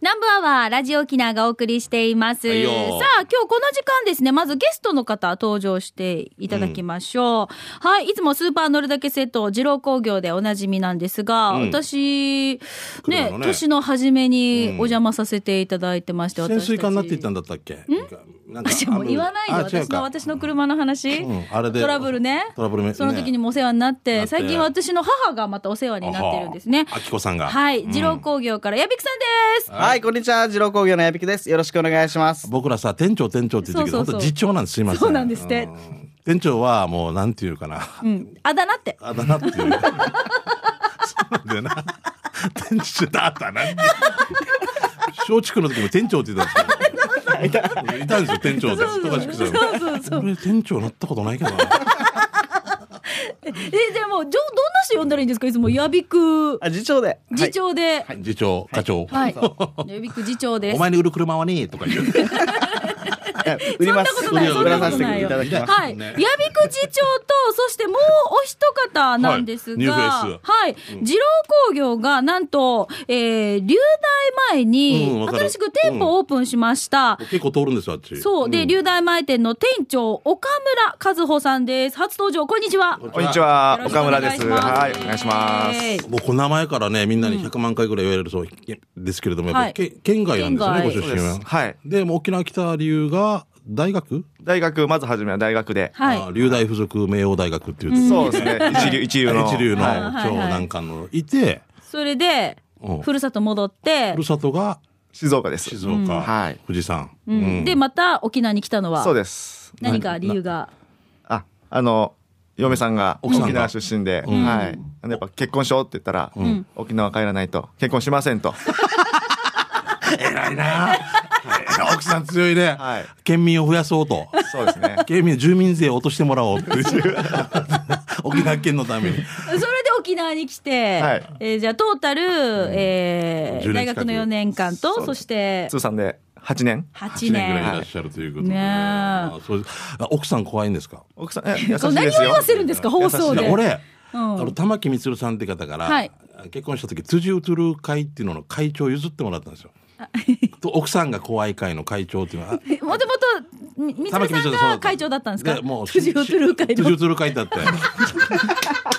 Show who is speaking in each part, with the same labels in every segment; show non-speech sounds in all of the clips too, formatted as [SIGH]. Speaker 1: 南部アワーラジオ沖縄がお送りしています。
Speaker 2: はい
Speaker 1: さ
Speaker 2: よ
Speaker 1: あ、今日この時間ですね、まずゲストの方登場していただきましょう。はい、いつもスーパー乗るだけセット、二郎工業でおなじみなんですが、
Speaker 2: うん
Speaker 1: 私、
Speaker 2: 車
Speaker 1: ね
Speaker 2: のね
Speaker 1: 年の初めに
Speaker 2: うん
Speaker 1: お邪魔させていただいてまして、
Speaker 2: 潜水艦になっていったん
Speaker 1: だ。
Speaker 2: だったっけなんか
Speaker 1: 私もう言わないよ。
Speaker 2: あ違う
Speaker 1: 私
Speaker 2: か
Speaker 1: の、私の車の話。
Speaker 2: うんあれで
Speaker 1: トラブルね。
Speaker 2: トラブルめ
Speaker 1: その時に
Speaker 2: ね
Speaker 1: もお世話になって、
Speaker 2: なって
Speaker 1: 最近私の母がまたお世話になってるんですね。
Speaker 2: あきこさんが
Speaker 1: はい、
Speaker 2: うん
Speaker 1: 二郎工業から、やびくさんです。
Speaker 3: はい、こんにちは。二郎工業のやびきです。よろしくお願いします。
Speaker 2: 僕らさ店長店長って言ってるけど
Speaker 1: そう
Speaker 2: 本
Speaker 1: そうそう
Speaker 2: 当次長なんですすいません
Speaker 1: そうなんですって
Speaker 2: うん店長はもうなんていうかな
Speaker 1: うん、あだ名って。
Speaker 2: あだ名っていうそうなんだよな店長だったな松竹の時も店長って言ってたん
Speaker 1: [LAUGHS]
Speaker 2: ですよいたんですよ店長で
Speaker 1: そう
Speaker 2: 富樫
Speaker 1: そう
Speaker 2: さん
Speaker 1: そうそう。
Speaker 2: 俺店長なったことないけどな
Speaker 1: え、じゃあもう、じょどんな人呼んだらいいんですかいつも、やびく、
Speaker 3: あ、次長で。
Speaker 1: 次長で。
Speaker 2: 次長課長
Speaker 1: はい。やびく次長で
Speaker 2: お
Speaker 1: す。
Speaker 2: 前に売る車はねえとか言う
Speaker 3: はい [LAUGHS] 売ります。
Speaker 1: そん
Speaker 3: 売
Speaker 1: な
Speaker 3: り
Speaker 1: ことない
Speaker 3: 売らさせていただき
Speaker 2: そんなことなよ
Speaker 3: ます。
Speaker 1: はい。やび
Speaker 2: ね
Speaker 1: く次長と、そしてもうお一方なんですが、
Speaker 2: はい
Speaker 1: は
Speaker 2: ニューフェイ
Speaker 1: い。二郎工業が、なんと、えー、流大前
Speaker 2: うん
Speaker 1: に、
Speaker 2: わかる
Speaker 1: 新しく店舗をオープンしました。
Speaker 2: 結構通るんですよあっち
Speaker 1: そう。で、流大前店の店長、岡村和穂さんです。初登場、こんにちは。
Speaker 4: こんにちは
Speaker 1: よ、ろしく
Speaker 4: 岡
Speaker 1: お
Speaker 4: 村
Speaker 1: 願
Speaker 4: で
Speaker 1: いし
Speaker 4: す。
Speaker 1: ま
Speaker 4: はい、お願いしま
Speaker 1: イエ
Speaker 4: す。
Speaker 1: ーイ
Speaker 2: もうこの名前からねみんなに100万回ぐらい言われるそうですけれども、
Speaker 1: は
Speaker 2: や
Speaker 1: い
Speaker 2: っぱりけ県外なんですねご
Speaker 1: 県外
Speaker 2: 出
Speaker 4: そう
Speaker 2: 身
Speaker 4: です。
Speaker 2: は。
Speaker 4: はい。
Speaker 2: でもう沖縄来た理由が大学、
Speaker 4: 大学、まずはじめは大学で。
Speaker 1: は
Speaker 2: あ
Speaker 1: い。
Speaker 2: ー流大附属明王大学っていう、
Speaker 4: そうで
Speaker 2: [LAUGHS]
Speaker 4: すね。一流、一流の。
Speaker 2: 一流の
Speaker 4: はい
Speaker 1: はい
Speaker 2: 長男官のいて、
Speaker 1: それで、
Speaker 2: うん
Speaker 1: ふるさと戻って
Speaker 2: ふる、さとが
Speaker 4: 静岡です。
Speaker 2: 静岡、
Speaker 4: はい
Speaker 2: 富士山、
Speaker 1: うん、で、また沖縄に来たのは
Speaker 4: そう、です。
Speaker 1: 何か理由が。
Speaker 4: あ、あの、嫁さんが
Speaker 2: 奥さんが
Speaker 4: 沖縄出身で、はい。あのやっぱ結婚しようって言ったら、沖縄帰らないと、結婚しませんと。
Speaker 2: 偉いな奥さん強いね、
Speaker 4: はい
Speaker 2: 県民を増やそうと
Speaker 4: そうです
Speaker 2: [LAUGHS]
Speaker 4: ね。
Speaker 2: 県民住民税を落としてもらおうっていう沖縄県のために
Speaker 1: それで沖縄に来て、
Speaker 4: はい
Speaker 1: えーじゃあトータル、えー
Speaker 2: 10年近
Speaker 1: 大
Speaker 2: く
Speaker 1: 学の4年間と、そ
Speaker 4: そうです
Speaker 1: して
Speaker 4: 通算で8年。
Speaker 1: 8
Speaker 2: 8年ぐらいい
Speaker 1: 年。
Speaker 2: らっしゃるということで、
Speaker 1: ねえ
Speaker 2: あそうですあ奥さん怖いんですか
Speaker 4: 奥さん、え優しいです
Speaker 1: そう
Speaker 4: よ。
Speaker 1: 何を言わせるんですか、放送
Speaker 2: い
Speaker 1: で。
Speaker 2: や俺、
Speaker 1: うん
Speaker 2: あの玉木光さんって方から、
Speaker 1: はい
Speaker 2: 結婚した時辻移る会っていうのの会長を譲ってもらったんですよ。と奥さんが怖い会の会長っていうの
Speaker 1: [LAUGHS]
Speaker 2: は
Speaker 1: えもともと、みみつる
Speaker 2: 玉木
Speaker 1: さん
Speaker 2: 光さん
Speaker 1: が会長だったんですか
Speaker 2: もう
Speaker 1: 辻をする会
Speaker 2: 辻
Speaker 1: の。
Speaker 2: 移る会ってあって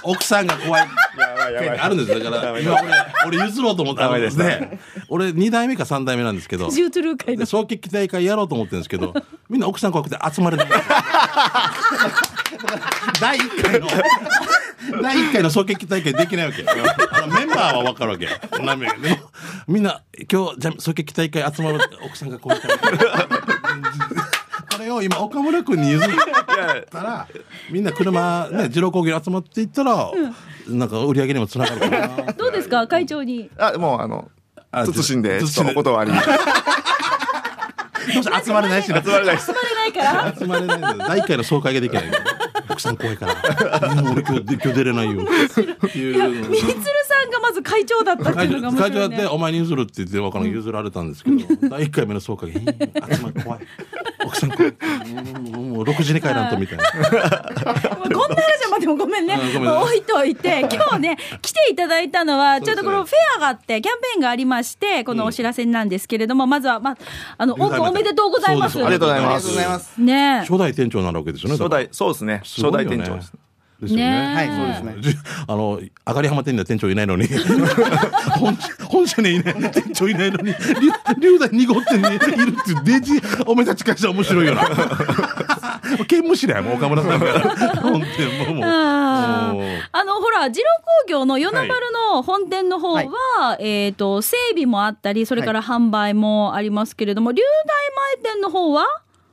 Speaker 2: 奥さんが怖い
Speaker 4: やばいやばい
Speaker 2: あるんですよだから今俺俺譲ろうと思った
Speaker 4: ダ
Speaker 2: ん
Speaker 4: メ
Speaker 2: で
Speaker 4: ですす
Speaker 2: ね俺2代目か3代目なんですけど
Speaker 1: 辻をする会の
Speaker 2: で。早期期待会やろうと思ってるんですけ [LAUGHS] どみんな奥さん怖くて集まれない [LAUGHS] 第1回の第1回の早期期待会できないわけあのメンバーは分かるわけ何名かでもみんな今日じゃあ早期期待会集まるって奥さんが怖いからこれを今岡村君に譲ったらみんな車ね二郎工業に集まっていったら、なんか売り上げにもつながるか [LAUGHS] な
Speaker 1: どうですか、会長に。
Speaker 4: あ、もう、あの、
Speaker 2: あ
Speaker 4: 慎んで、ちょっと
Speaker 2: 慎んで
Speaker 4: お断り。
Speaker 2: [LAUGHS]
Speaker 4: 集
Speaker 2: どうせ集まれないしな
Speaker 4: [LAUGHS] まれないです。
Speaker 1: 集まれないから。
Speaker 2: [LAUGHS] 集まれないんだよ第一回の総会ができないんだよ奥さん怖いからもう俺今日今日出れないよっていうの
Speaker 1: みつるさんがまず会長だったってい
Speaker 2: 会
Speaker 1: うの
Speaker 2: 長
Speaker 1: が面
Speaker 2: 会
Speaker 1: 白
Speaker 2: 長
Speaker 1: い、ね。
Speaker 2: でお前に譲るって言って若の譲られたんですけど、第一回目の総会が「集まり怖い奥さん怖いもうもう6時に帰らんと」みたいな
Speaker 1: まあこんな話はまあでもごめんね
Speaker 2: うんごめんね
Speaker 1: まあ置いといて今日ね来ていただいたのはちょっとこのフェアがあってキャンペーンがありましてこのお知らせなんですけれども、まずはまああのオープンおめでとうございます
Speaker 2: そ
Speaker 4: ありがとうございま
Speaker 3: ありがと
Speaker 4: す。
Speaker 3: うございます
Speaker 1: ね
Speaker 2: 初代店長になるわけですよね
Speaker 4: 初代、そうですね。
Speaker 2: すご
Speaker 4: 初
Speaker 2: いよね
Speaker 4: 代店長です。
Speaker 2: ですよね
Speaker 1: ねはいそうです
Speaker 3: ね
Speaker 2: じ [LAUGHS] あの上がり浜店には店長いないのに [LAUGHS] 本社本社にいない店長いないのに龍大2号店にいるっていうデジおめたち会社面白いよな剣無視だよもう岡村さんから本店ももう
Speaker 1: あ
Speaker 2: もう
Speaker 1: ーあのほら二郎工業の与那丸の本店の方は、えっ、と整備もあったりそれから販売もありますけれども、龍大前店の方は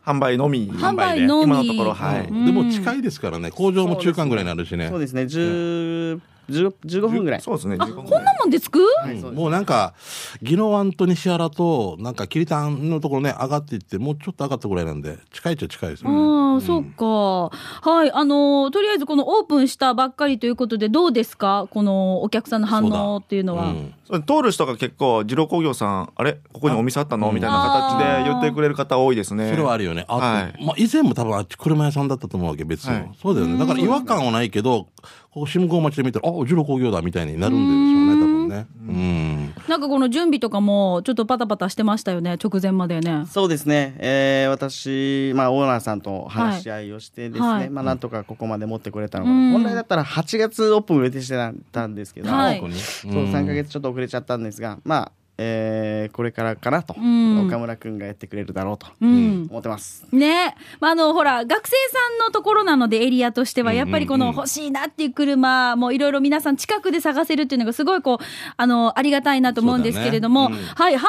Speaker 4: 販売のみ。
Speaker 1: 販売のみ
Speaker 4: 今のところ、はい。
Speaker 2: うんでも近いですからね工場も中間ぐらいになるしね
Speaker 3: そうですね。10 10 15分ぐらい。
Speaker 4: そうですね。15分ぐ
Speaker 1: こ
Speaker 4: ら
Speaker 1: ん
Speaker 4: い
Speaker 1: なもんで作る、
Speaker 2: うんもうなんか宜野湾と西原となんか桐ンのところね上がっていってもうちょっと上がったぐらいなんで近いっちゃ近いですよね
Speaker 1: ああ、そうか。はい。あのーとりあえずこのオープンしたばっかりということで、どうですかこのお客さんの反応っていうのは。
Speaker 2: ん
Speaker 4: そう通る人が結構、二郎工業さん、あれここにお店あったのみたいな
Speaker 1: あ
Speaker 4: 形
Speaker 1: ー
Speaker 4: で言ってくれる方多いですね。
Speaker 2: それはあるよね。あと、
Speaker 4: はい
Speaker 2: まあ、以前も多分あっち車屋さんだったと思うわけ、別に。
Speaker 4: はい
Speaker 2: そうだよね。だから違和感はないけど、ここ、新郷町で見たら、あ、おじろ工業だみたいになるんですよね、多分ね。うん。
Speaker 1: なんかこの準備とかも、ちょっとパタパタしてましたよね、直前までね。
Speaker 3: そうですね、えー私、まあ、オーナーさんと話し合いをしてですね、
Speaker 1: はいはい
Speaker 3: まあ、なんとかここまで持ってくれたのが、
Speaker 1: うん
Speaker 3: 本来だったら8月オープン売れてしてたんですけど、
Speaker 1: はい
Speaker 2: 青子に
Speaker 3: そう3か月ちょっと遅れちゃったんですが、まあえーこれからかなと、
Speaker 1: ん
Speaker 3: 岡村君がやってくれるだろうと
Speaker 1: うん。
Speaker 3: 思ってます。
Speaker 1: ねまあ、あの、ほら、学生さんのところなので、エリアとしては、やっぱりこの欲しいなっていう車もいろいろ皆さん近くで探せるっていうのがすごいこう、あの、ありがたいなと思うんですけれども、
Speaker 2: そうだねうん
Speaker 1: はい、販売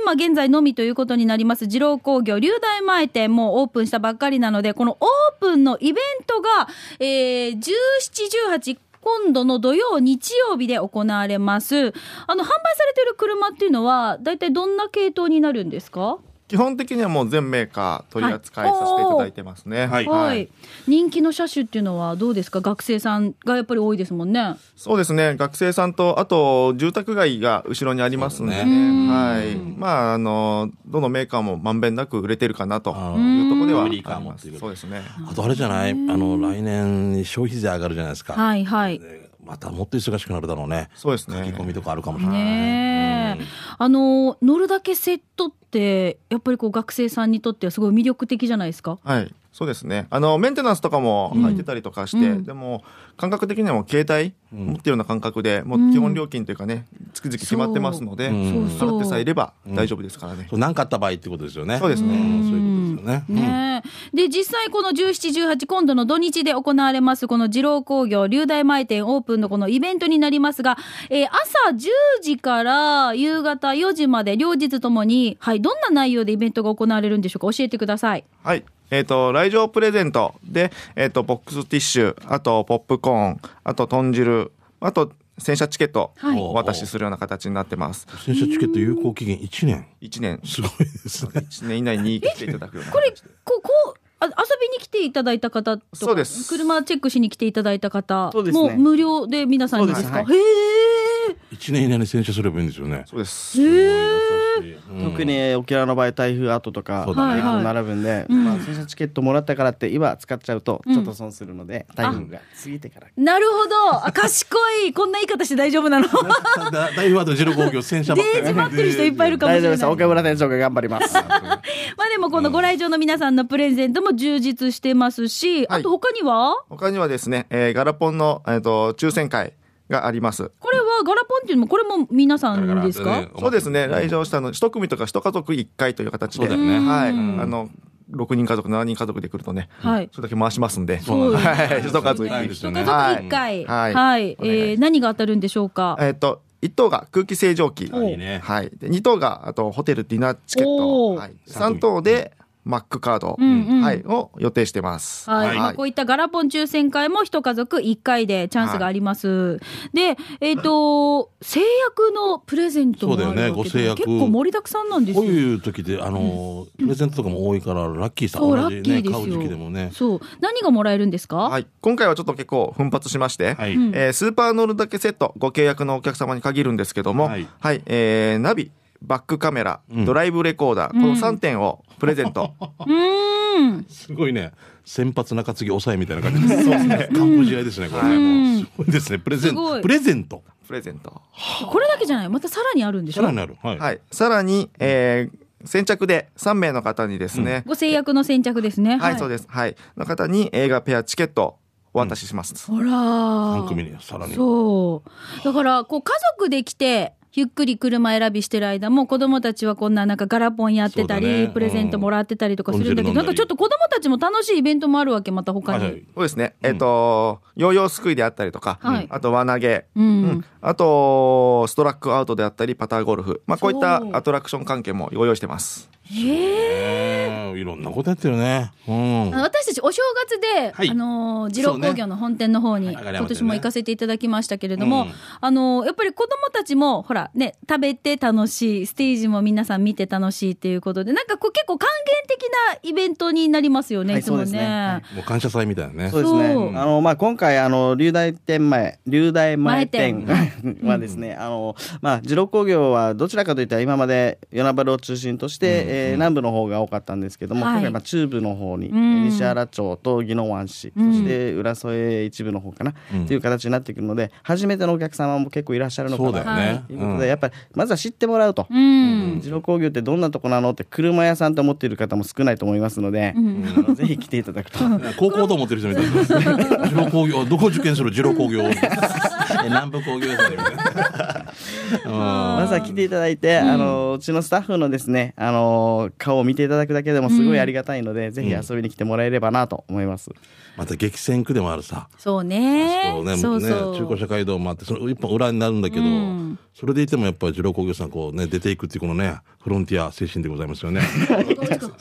Speaker 1: 今現在のみということになります、二郎工業、龍大前店もうオープンしたばっかりなので、このオープンのイベントが、えー、17、18、今度の土曜、日曜日で行われます。あの、販売されてる車っていうのは、大体どんな系統になるんですか
Speaker 4: 基本的にはもう全メーカー取り扱いさせていただいてますね。
Speaker 2: はい
Speaker 1: はい、人気の車種っていうのはどうですか学生さんがやっぱり多いですもんね。
Speaker 4: そうですね、学生さんと、あと住宅街が後ろにありますんで
Speaker 2: そ
Speaker 4: ね、
Speaker 2: うだ
Speaker 4: はいまああの、どのメーカーもまんべんなく売れてるかなと
Speaker 2: あ
Speaker 4: い
Speaker 2: ー
Speaker 4: うところではあ
Speaker 2: うん
Speaker 4: ります。そうですね
Speaker 2: あとあれじゃないあの、来年消費税上がるじゃないですか。
Speaker 1: はいはい。
Speaker 2: でまたもっと忙しくなるだろうね。
Speaker 4: そうですね
Speaker 2: 書き込みとかあるかもしれない。
Speaker 1: ねえ。あの、乗るだけセットって、やっぱりこう学生さんにとってはすごい魅力的じゃないですか
Speaker 4: はい、そうですね。あの、メンテナンスとかも入ってたりとかして、でも、感覚的にはもう携帯持ってるような感覚で、もう基本料金というかね、月々決まってますので、
Speaker 2: そう
Speaker 4: 払
Speaker 2: うん
Speaker 1: そうそう
Speaker 4: ってさえいれば大丈夫ですからね。
Speaker 2: そう、何かあった場合ってことですよね。
Speaker 4: そうですね
Speaker 2: んそういうことですよね。
Speaker 1: ねえで、実際この17、18、今度の土日で行われます、この二郎工業、龍大前店オープンのこのイベントになりますが、えー朝10時から夕方4時まで、両日ともに、はい、どんな内容でイベントが行われるんでしょうか教えてください。
Speaker 4: はい。えっ、と、来場プレゼントで、えっ、と、ボックスティッシュ、あと、ポップコーン、あと、豚汁、あと、洗車チケット
Speaker 1: はい
Speaker 4: をお渡しするような形になってます。
Speaker 2: 洗車チケット有効期限1年。
Speaker 4: 1年、
Speaker 2: すごいですね。
Speaker 4: 1年以内に来ていただくような
Speaker 1: これ
Speaker 4: 形で。、
Speaker 1: ここうあ、遊びに来ていただいた方とか
Speaker 4: そうです
Speaker 1: 車チェックしに来ていただいた方、
Speaker 3: そうです
Speaker 1: も
Speaker 3: ね
Speaker 1: う無料で皆さんにですか
Speaker 3: そう
Speaker 1: へえ。
Speaker 2: 1年以内に洗車すればいいんですよね。
Speaker 4: そうです。
Speaker 2: うん
Speaker 3: 特に沖縄の場合台風後とか
Speaker 2: そう
Speaker 3: 結
Speaker 1: ね
Speaker 2: だ
Speaker 1: はいはい
Speaker 3: 構並ぶんで、まあ、洗車チケットもらったからって今使っちゃうとちょっと損するので、タイミングが過ぎてから
Speaker 1: なるほど。あ、賢い。 [LAUGHS] こんな言い方して大丈夫なの
Speaker 2: だだ [LAUGHS] 大フワード0工業洗車ばっか
Speaker 1: デ
Speaker 2: り
Speaker 1: ージ待ってる人いっぱいいるかもしれ
Speaker 3: 大
Speaker 1: な
Speaker 3: 丈夫で
Speaker 1: い。
Speaker 3: す岡村店長が頑張ります
Speaker 1: まあでもこのご来場の皆さんのプレゼントも充実してますし、
Speaker 4: は
Speaker 1: あ
Speaker 4: い
Speaker 1: と他には
Speaker 4: 他にはですね、えーガラポンの、えっ、と、抽選会があります。
Speaker 1: これはガラポンっていうのもこれも皆さんですか
Speaker 4: そうですね、来
Speaker 2: 場。
Speaker 4: 場したの、一組とか一家族一回という形で、
Speaker 2: そうだよね
Speaker 4: はい、あの、6人家族、7人家族で来るとね、
Speaker 1: はい
Speaker 4: それだけ回しますんで、
Speaker 1: そうですね
Speaker 4: はい、一家
Speaker 2: そ
Speaker 4: 族一
Speaker 2: う
Speaker 4: 回
Speaker 2: で。す
Speaker 1: ご
Speaker 2: よ
Speaker 1: 家
Speaker 2: ね
Speaker 1: 族
Speaker 4: はい
Speaker 1: 1回。
Speaker 4: はい
Speaker 1: はい。
Speaker 4: お願いしま
Speaker 1: えー
Speaker 4: す
Speaker 1: 何が当たるんでしょうか
Speaker 4: えっ、と、1等が空気清浄機。
Speaker 2: あいいね
Speaker 4: はい。で、2等が、あと、ホテルディナーチケット。
Speaker 1: おー
Speaker 4: はい、3等で、マックカード、
Speaker 1: んうん
Speaker 4: はい、を予定してます。
Speaker 1: はい
Speaker 2: はい
Speaker 1: まあ、こういったガラポン抽選会も一家族1回でチャンスがあります。で、えっ、と、制約のプレゼントもあるわけで
Speaker 2: そうだよねご制約
Speaker 1: 結構盛りだくさんなんです
Speaker 2: こう
Speaker 1: よ。
Speaker 2: いう時で、あの、プレゼントとかも多いから、ラッキーさん、
Speaker 1: そう、ラ
Speaker 2: 同
Speaker 1: ッ
Speaker 2: じ
Speaker 1: キー
Speaker 2: ね、
Speaker 1: です
Speaker 2: 買う時
Speaker 1: よ。
Speaker 2: 期でもね。
Speaker 1: そう。何がもらえるんですか、
Speaker 4: はい、今回はちょっと結構奮発しまして、
Speaker 2: はい
Speaker 4: えースーパーノルだけセットご契約のお客様に限るんですけども、
Speaker 2: は
Speaker 4: はいいえーナビバックカメラ、
Speaker 2: うん
Speaker 4: ドライブレコーダー、この3点をプレゼ
Speaker 2: [LAUGHS]
Speaker 4: ント、
Speaker 1: うーん。
Speaker 2: すごいね。先発中継ぎ抑えみたいな感じです。そうですね。完封試合ですね、これね。もうすごいですね。プレゼン
Speaker 1: すご
Speaker 2: ト。
Speaker 1: い
Speaker 2: プレゼント。
Speaker 4: プレゼント、
Speaker 1: これだけじゃない。またさらにあるんでし
Speaker 2: さ
Speaker 1: ょ
Speaker 2: らになる。はい。
Speaker 4: はい、さらに、えー先着で3名の方にですね、
Speaker 1: ご制約の先着ですね。
Speaker 4: はい、そう
Speaker 1: で
Speaker 4: です、はい、の方に映画ペアチケットお渡しします、
Speaker 1: ほらー
Speaker 2: 三組にさらに。
Speaker 1: そう。だから、こう、家族で来て、ゆっくり車選びしてる間も子供たちはこんななんかガラポンやってた
Speaker 2: そうだ
Speaker 1: り、
Speaker 2: ね
Speaker 1: プレゼントもらってたりとかするんだけど、
Speaker 2: うん
Speaker 1: なんかちょっと子供たちも楽しいイベントもあるわけ、また他
Speaker 2: は
Speaker 1: に。
Speaker 2: いはい。
Speaker 4: そうですね、えっ、とヨーヨーすくいであったりとか、
Speaker 1: はい
Speaker 4: あと輪投げ、
Speaker 1: うん
Speaker 4: うんあとストラックアウトであったりパターゴルフ、まあ、こういった
Speaker 1: そう
Speaker 4: アトラクション関係もご用意してます
Speaker 1: へえ。
Speaker 2: えーいろんなことやってるね。うん。
Speaker 1: あの私たちお正月で、
Speaker 2: はい
Speaker 1: あのー二郎工業の本店の方に、
Speaker 2: そうねはい
Speaker 1: 今年も行かせていただきましたけれども、
Speaker 2: うん
Speaker 1: あのーやっぱり子供たちもほらね食べて楽しいステージも皆さん見て楽しいっていうことでなんかこう結構還元的なイベントになりますよね、
Speaker 3: はい
Speaker 1: い、つも
Speaker 3: そうです
Speaker 1: ね。
Speaker 3: ねは
Speaker 2: もう感謝祭みたいなね
Speaker 3: そ。うですね
Speaker 1: そう。
Speaker 3: あの、まあ、今回、あの、流大店前、流大前店
Speaker 1: 前
Speaker 3: [LAUGHS] はですね、あの、まあ、二郎工業はどちらかといったら今まで、与那原を中心として、ええー南部の方が多かったんですけども、
Speaker 1: はい
Speaker 3: 今回まあ中部の方に、
Speaker 1: ん
Speaker 3: 西原町と宜野湾市、そして浦添一部の方かな、っていう形になってくるので初めてのお客様も結構いらっしゃるのか
Speaker 2: そう
Speaker 3: な
Speaker 2: だ
Speaker 3: と
Speaker 2: よね。
Speaker 3: いうこと
Speaker 2: うん
Speaker 3: でやっぱりまずは知ってもらうと。
Speaker 1: うん。
Speaker 3: 二郎工業ってどんなとこなのって車屋さんと思っている方も少ないと思いますので、あのぜひ来ていただくと
Speaker 2: 高校と思ってる人みたいですね。二郎工業、どこ受験する二郎工業。え南部工業ですね。うん
Speaker 3: まずは来ていただいて、あのうちのスタッフのですねあの顔を見ていただくだけでもすごいありがたいので、ぜひ遊びに来てもらえればなと思います。
Speaker 2: [LAUGHS] また激戦区でもあるさ。
Speaker 1: そうね。
Speaker 2: そうね、
Speaker 1: そう
Speaker 2: ね
Speaker 1: そう。
Speaker 2: 中古社会道もあって、その一本裏になるんだけど、
Speaker 1: ん
Speaker 2: それでいてもやっぱり二郎工業さんこうね、出ていくっていうこ
Speaker 1: [LAUGHS]
Speaker 2: のね、フロンティア精神でございますよね。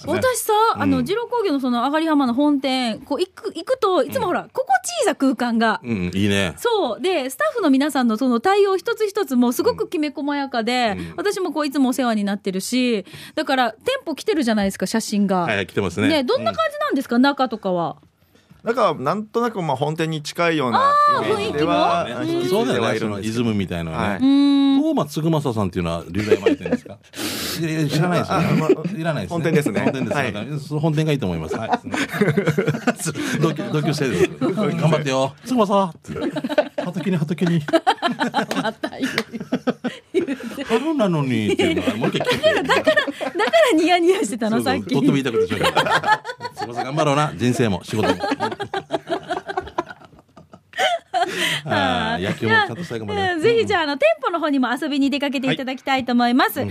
Speaker 1: 私さ、あの、二郎工業のその、上がり浜の本店、こう、行く、行くと、いつもほら、心地いいさ、空間が。
Speaker 2: うん、いいね。
Speaker 1: そう。で、スタッフの皆さんのその対応一つ一つもすごくきめ細やかで、私もこういつもお世話になってるし、だから店舗来てるじゃないですか、写真が。
Speaker 2: はい、来てますね。
Speaker 1: ね、どんな感じなんですか、中とか
Speaker 2: [LAUGHS]
Speaker 1: は。
Speaker 4: なんかなんとなくまあ本店に近いようなイメージでは
Speaker 2: ね
Speaker 4: あ引き
Speaker 2: そう
Speaker 4: 継
Speaker 2: だ
Speaker 4: いで
Speaker 2: よ
Speaker 4: は
Speaker 2: ね、
Speaker 4: い
Speaker 2: そのイ
Speaker 4: るんですけ
Speaker 2: ズ
Speaker 4: ど
Speaker 2: ムみたいなの
Speaker 4: は
Speaker 2: はいね。東間嗣正さんっていうのは流大前店ですかいやいや [LAUGHS] 知らないですよ
Speaker 4: ああ
Speaker 2: ね。いらないですね。
Speaker 4: 本店ですね
Speaker 2: 本店です。
Speaker 4: はい
Speaker 2: はい、その本店がいいと思います。はい。同級同級生です。頑張って [LAUGHS] よ。嗣正って。畑に畑に。
Speaker 1: また [LAUGHS] 言う
Speaker 2: 春なのにっていうのはもう一回聞い
Speaker 1: [LAUGHS]
Speaker 2: て。だか
Speaker 1: だ
Speaker 2: ら、
Speaker 1: からニヤニヤしてたの、さっき。
Speaker 2: とっても言いたくてしょうがない。 [LAUGHS] 嗣正頑張ろうな。人生も仕事
Speaker 1: [LAUGHS]
Speaker 2: も。ああ、野球もちゃんと最後まで
Speaker 1: うん。ぜひじゃあ、あの、店舗の方にも遊びに出かけていただきたいと思います。改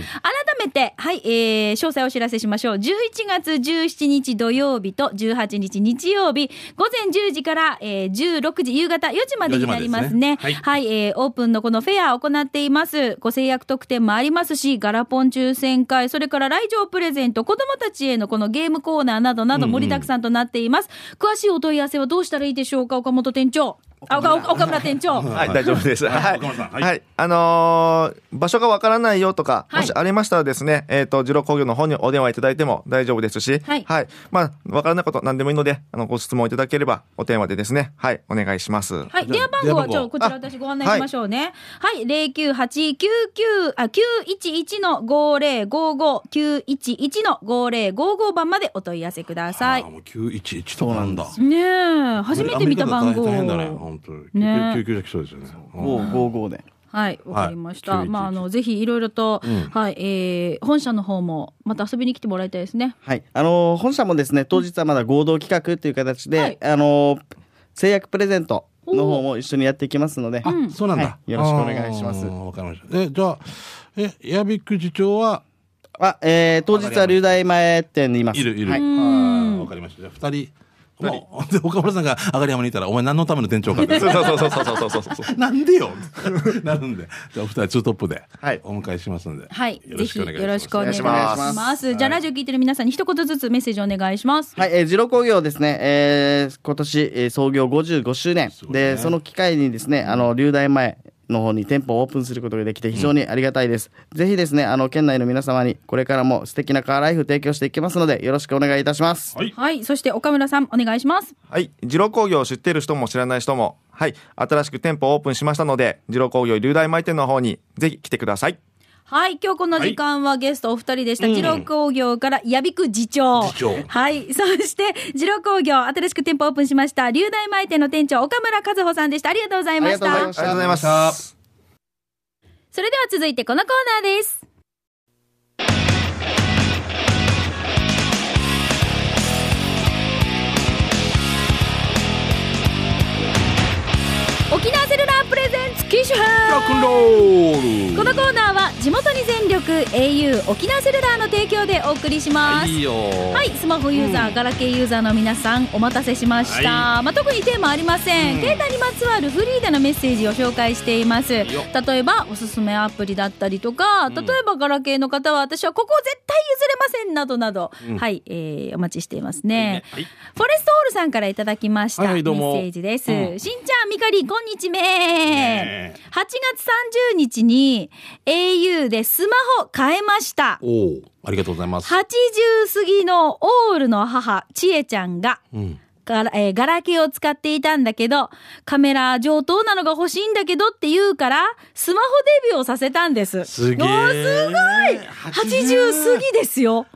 Speaker 1: めて、はい、えー、詳細をお知らせしましょう。11月17日土曜日と18日日曜日、午前10時から、えー、16時、夕方4時までになりますね。
Speaker 2: 4時までですねはい
Speaker 1: はい、えー、オープンのこのフェアを行っています。ご制約特典もありますし、ガラポン抽選会、それから来場プレゼント、子供たちへのこのゲームコーナーなどなど盛りだくさんとなっています。詳しいお問い合わせはどうしたらいいでしょうか、岡本店長。あ、岡岡村店長。
Speaker 4: はい、大丈夫です。はい
Speaker 2: 岡村さんは
Speaker 4: はいい。あのー場所がわからないよとか、
Speaker 1: はい
Speaker 4: もしありましたらですね、えっ、と、二郎工業の方にお電話いただいても大丈夫ですし、
Speaker 1: はい
Speaker 4: まあ、わからないこと何でもいいので、あの、ご質問いただければ、お電話でですね、はい、お願いします。は
Speaker 1: はい、
Speaker 2: じ
Speaker 1: 電
Speaker 2: ゃあ
Speaker 1: 話番号は
Speaker 2: 電話番号
Speaker 1: ちょっとこちら私ご案内しましょうね。はい、零九八九九あ九一一の五零五五九一一の五零五五番までお問い合わせください
Speaker 2: ああ。もう911とかなんだ。
Speaker 1: ねえ、初めて見た番号。
Speaker 2: アメリカだと大変だね、本当に。
Speaker 1: ね
Speaker 2: 救急救急車来そうですよね。うん
Speaker 3: 555で
Speaker 1: はい、わかりました。
Speaker 2: はい
Speaker 1: まあ、あの、ぜひいろいろと、はい、えー、本社の方も、また遊びに来てもらいたいですね。
Speaker 3: はい、あのー本社もですね当日はまだ合同企画という形で、
Speaker 1: はい
Speaker 3: あのー制約プレゼントの方も一緒にやっていきますので、
Speaker 2: あ、そうなんだ
Speaker 3: は。いよろしくお願いします
Speaker 2: あーわかりました。え、じゃあ、え、矢部区次長は、
Speaker 3: あえー当日は流大前店にいます
Speaker 2: いる、いる。
Speaker 3: は
Speaker 2: あ
Speaker 3: い、
Speaker 2: ーわかりました。じゃあ、二人。まあで、岡村さんが上がり山にいたら、お前何のための店長かって。
Speaker 4: そうそうそうそうそうそうそう [LAUGHS]
Speaker 2: [LAUGHS]
Speaker 4: そう。
Speaker 2: なんでよなるんで。じゃあ、お二人ツートップで
Speaker 4: はい、
Speaker 2: お迎えしますので。
Speaker 1: はい、ぜ
Speaker 2: よろし
Speaker 1: ひ
Speaker 2: くお
Speaker 1: よ
Speaker 2: 願い
Speaker 1: ろし
Speaker 2: します
Speaker 1: くお願いし
Speaker 4: お願いし
Speaker 1: ま。
Speaker 4: ますす
Speaker 1: じゃあ、ラジオ聞いてる皆さんに一言ずつメッセージお願いします。
Speaker 3: はいえー、二郎工業ですね、えー今年、えー創業55周年
Speaker 2: ごいね
Speaker 3: でその機会にですねあの流大前の方に店舗をオープンすることができて非常にありがたいです、ぜひですねあの県内の皆様にこれからも素敵なカーライフ提供していきますのでよろしくお願いいたします
Speaker 2: はい
Speaker 1: はい、そして岡村さん、お願いします。
Speaker 4: はい、二郎工業を知っている人も知らない人も、はい、新しく店舗をオープンしましたので、二郎工業流大前店の方に、ぜひ来てください。
Speaker 1: はい、今日この時間はゲストお二人でした。二郎工業からやびく次長。
Speaker 2: 次長
Speaker 1: はい、そして二郎工業、新しく店舗オープンしました、流大前店の店長、岡村和穂さんでした。ありがとうございまし
Speaker 3: ありがとう
Speaker 1: た
Speaker 3: ございま
Speaker 4: あり。がとうございました。
Speaker 1: それでは続いてこのコーナーです。沖縄セルラープレゼンツ機種編
Speaker 2: ロックンロール
Speaker 1: このコーナーは地元に全力 au 沖縄セルラーの提供でお送りします。
Speaker 2: いいよ
Speaker 1: はい、スマホユーザー、ガラケーユーザーの皆さん、お待たせしました。まあ、特にテーマありません。携帯にまつわるフリーでのメッセージを紹介しています。例
Speaker 2: よ
Speaker 1: えば、おすすめアプリだったりとか、例えばガラケーの方は、私はここ絶対譲れませんなどなど、はい、えーお待ちしていますね。
Speaker 2: はい
Speaker 1: フォレストオールさんからいただきました、
Speaker 2: はいはいどうも
Speaker 1: メッセージです。
Speaker 2: う
Speaker 1: しんちゃん、みかり、こんにちめ
Speaker 2: ねえ
Speaker 1: 8月30日に au でスマホ変えました。
Speaker 2: おーありがとうございます。
Speaker 1: 80過ぎのオールの母、ちえちゃんが、
Speaker 2: うん。
Speaker 1: ガラえーガラケーを使っていたんだけど、カメラ上等なのが欲しいんだけどって言うから、スマホデビューをさせたんです。
Speaker 2: すげえ。
Speaker 1: おーすごい !80 過ぎですよ。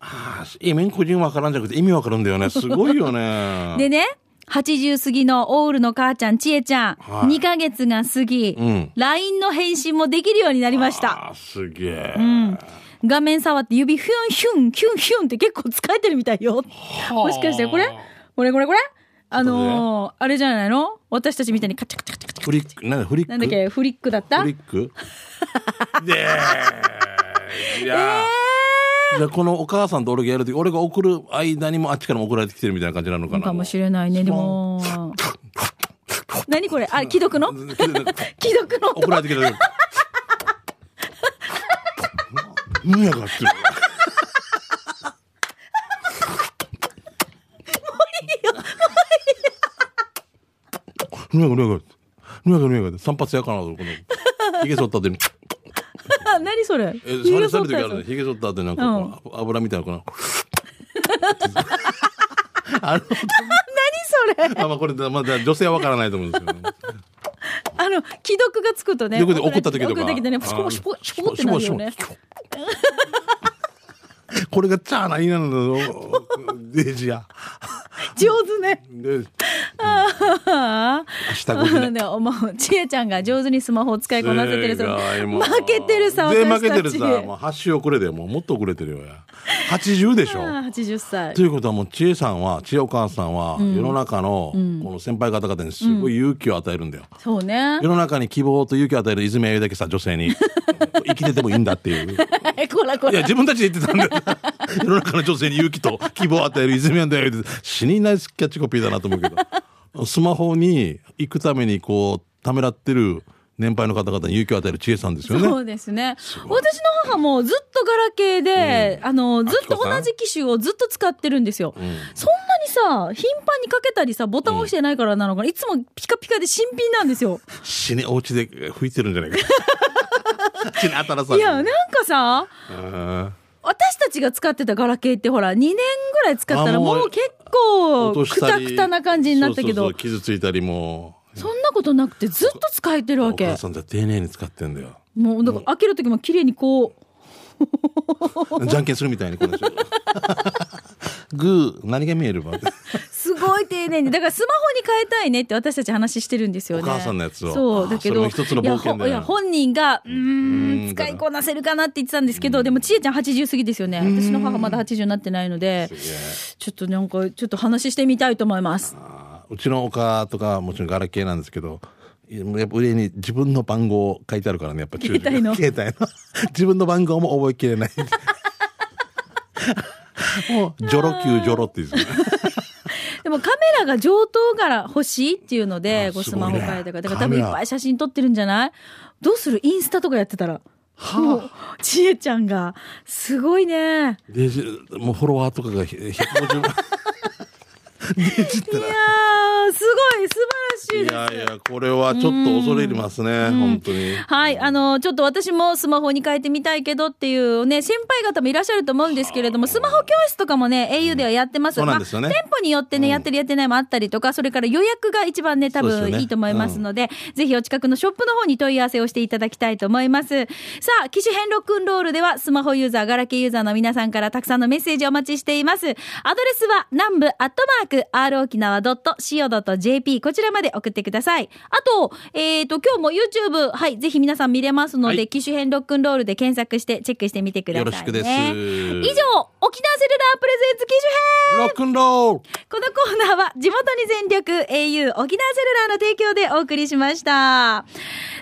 Speaker 2: あーイメン個人わからんじゃなくて意味わかるんだ
Speaker 1: [LAUGHS]
Speaker 2: よね。すごいよね。
Speaker 1: でね、80過ぎのオールの母ちゃん、ちえちゃん、
Speaker 2: はい
Speaker 1: 2ヶ月が過ぎ、
Speaker 2: うん
Speaker 1: LINE の返信もできるようになりました。
Speaker 2: あーすげえ。
Speaker 1: 画面触って指ヒュンヒュン、ヒュンヒュンって結構疲れてるみたいよ。もしかしてこれこれこれこれあのー、あれじゃないの私たちみたいにカチャカチャカチャカチャ。
Speaker 2: フリック、なんだ、フリック。
Speaker 1: なんだっけ、フリックだった
Speaker 2: フリッ
Speaker 1: [LAUGHS]
Speaker 2: クでーいやーでこのお母さんと俺がやるとき、俺が送る間にもあっちからも送られてきてるみたいな感じなのかな。
Speaker 1: かもしれないね、でも。何これあ、既読の
Speaker 2: もうけど
Speaker 1: [LAUGHS] 既読の音
Speaker 2: 送られてきてる。何やがってる。もういいよ、もういいよ。やがって。ぬやがぬやがって。散髪やかなと、この。髭剃った後に。
Speaker 1: [LAUGHS] 何それ
Speaker 2: え、
Speaker 1: 髭
Speaker 2: 触れさ
Speaker 1: 剃った
Speaker 2: れる時あ
Speaker 1: や
Speaker 2: るね。
Speaker 1: つ
Speaker 2: 髭剃った後になんかこう、油みたいなのかな。あの、
Speaker 1: 何それ
Speaker 2: あまあこれ、まだ女性はわからないと思うんですけど、ね。
Speaker 1: あの、既読がつくとね。
Speaker 2: よくで怒った時と
Speaker 1: 送
Speaker 2: か。
Speaker 1: った時でね、シュポシュポシュポってなるよね
Speaker 2: シ。ュポシュポシュポ [LAUGHS] これがチャーな言いなのよ、デジや。
Speaker 1: 上手ね。
Speaker 2: で
Speaker 1: は
Speaker 2: 明日
Speaker 1: あ。
Speaker 2: 5時
Speaker 1: [LAUGHS]
Speaker 2: ね。
Speaker 1: ね、もう、ちえちゃんが上手にスマホを使いこなせてる
Speaker 2: す
Speaker 1: さ。
Speaker 2: ごいもう
Speaker 1: 負けてるさ、
Speaker 2: で、
Speaker 1: 私た
Speaker 2: 負
Speaker 1: ち。
Speaker 2: けてるさ。もう8週遅れだよ。もうもっと遅れてるよや。80でしょ。
Speaker 1: ああ80歳
Speaker 2: と。いうことはもう知恵さんは知恵お母さんは世の中のこの先輩方々にすごい勇気を与えるんだよ、
Speaker 1: そうね
Speaker 2: [LAUGHS] 世。の中に希望と勇気を与える泉谷由だけさ女性
Speaker 1: [LAUGHS]
Speaker 2: に生きててもいいんだっていうい
Speaker 1: え、こらこ
Speaker 2: や
Speaker 1: ら。
Speaker 2: 自分たちで言ってたん
Speaker 1: [LAUGHS]
Speaker 2: だよ世の中の女性に勇気と希望を与える泉谷由だけ死にないキャッチコピーだなと思うけどスマホに行くためにこうためらってる年配の方々に勇気を与える知恵さんですよね
Speaker 1: そうですね。私の母もずっとガラケーで、あの、ずっと
Speaker 2: あきこさ
Speaker 1: 同
Speaker 2: ん
Speaker 1: じ機種をずっと使ってるんですよ。そんなにさ、頻繁にかけたりさ、ボタン押してないからなのかな、いつもピカピカで新品なんですよ。
Speaker 2: 死にお家で吹いてるんじゃ
Speaker 1: [LAUGHS]
Speaker 2: ないか死に当たらさ
Speaker 1: いや、なんかさ、
Speaker 2: うん
Speaker 1: 私たちが使ってたガラケーってほら、2年ぐらい使ったら
Speaker 2: あもう
Speaker 1: もう結構、
Speaker 2: 落と
Speaker 1: く
Speaker 2: した
Speaker 1: た
Speaker 2: り
Speaker 1: くたな感じになったけ
Speaker 2: そう
Speaker 1: ど
Speaker 2: そうそう、傷ついたりも
Speaker 1: そんなことなくてずっと使えてるわ
Speaker 2: お
Speaker 1: け
Speaker 2: 母。さんって丁寧に使って
Speaker 1: [LAUGHS]
Speaker 2: んだよ
Speaker 1: もう、だから開ける時も綺麗にこ
Speaker 2: [LAUGHS]
Speaker 1: う、
Speaker 2: じゃんけんするみたいにこ
Speaker 1: [LAUGHS]
Speaker 2: の人グー何が見えるわ
Speaker 1: すごい丁寧に。だからスマホに変えたいねって私たち話してるんですよね。
Speaker 2: お母さんのやつを
Speaker 1: そ
Speaker 2: あ
Speaker 1: う、
Speaker 2: ー
Speaker 1: だけど。
Speaker 2: それも一つの冒険だよ
Speaker 1: いやほ
Speaker 2: ね
Speaker 1: いや、本人が、うー、
Speaker 2: うんん
Speaker 1: 使いこなせるかなって言ってたんですけど、でも、ちえちゃん80過ぎですよね。私の母まだ80になってないので、ちょっとなんか、ちょっと話してみたいと思います。
Speaker 2: あーうちのお母とかもちろんガラケーなんですけどやっぱ上に自分の番号書いてあるからねやっぱ
Speaker 1: 携帯の
Speaker 2: 携帯の [LAUGHS] 自分の番号も覚えきれない
Speaker 1: [LAUGHS]
Speaker 2: もうジョロ級ジョロって言うんですよ
Speaker 1: でもカメラが上等から欲しいっていうので、
Speaker 2: あ
Speaker 1: こう
Speaker 2: す
Speaker 1: ス
Speaker 2: ごい
Speaker 1: マ
Speaker 2: ね
Speaker 1: ホ変えたから。だから
Speaker 2: カ
Speaker 1: 多分
Speaker 2: メ
Speaker 1: いっ
Speaker 2: ラ
Speaker 1: ぱい写真撮ってるんじゃないどうするインスタとかやってたら。もう、ちえちゃんが、すごいね。
Speaker 2: デジもうフォロワーとかが150万デジって
Speaker 1: いやー、すごい、素晴らしいです。
Speaker 2: いやいやこれはちょっと恐れ入りますね本当に
Speaker 1: はい、あの、ちょっと私もスマホに変えてみたいけどっていうね、先輩方もいらっしゃると思うんですけれども、スマホ教室とかもね、au ではやってます。
Speaker 2: そうなんですよね
Speaker 1: まあ店舗によってね、やってるやってないもあったりとか、それから予約が一番ね、多
Speaker 2: そうです
Speaker 1: 分
Speaker 2: よね
Speaker 1: いいと思いますので、ぜひお近くのショップの方に問い合わせをしていただきたいと思います。さあ、機種変ロックンロールでは、スマホユーザー、ガラケーユーザーの皆さんからたくさんのメッセージをお待ちしています。アドレスは、南部アットマーク、r 沖縄 .co.jp、こちらまで送ってください。あと、えっ、と、今日も YouTube、はい、ぜひ皆さん見れますので、
Speaker 2: はい
Speaker 1: 機種変ロックンロールで検索して、チェックしてみてください、ね。
Speaker 2: よろしくです
Speaker 1: 以上、沖縄セルラープレゼンツ機種編
Speaker 2: ロックンロール
Speaker 1: このコーナーは地元に全力 au 沖縄セルラーの提供でお送りしました。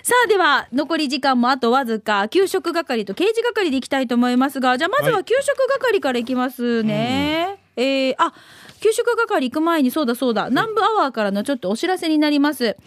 Speaker 1: さあでは残り時間もあとわずか給食係と刑事係でいきたいと思いますが、じゃあまずは給食係からいきますね。えー、あ給食係行く前にそうだそうだ、南部アワーからのちょっとお知らせになります。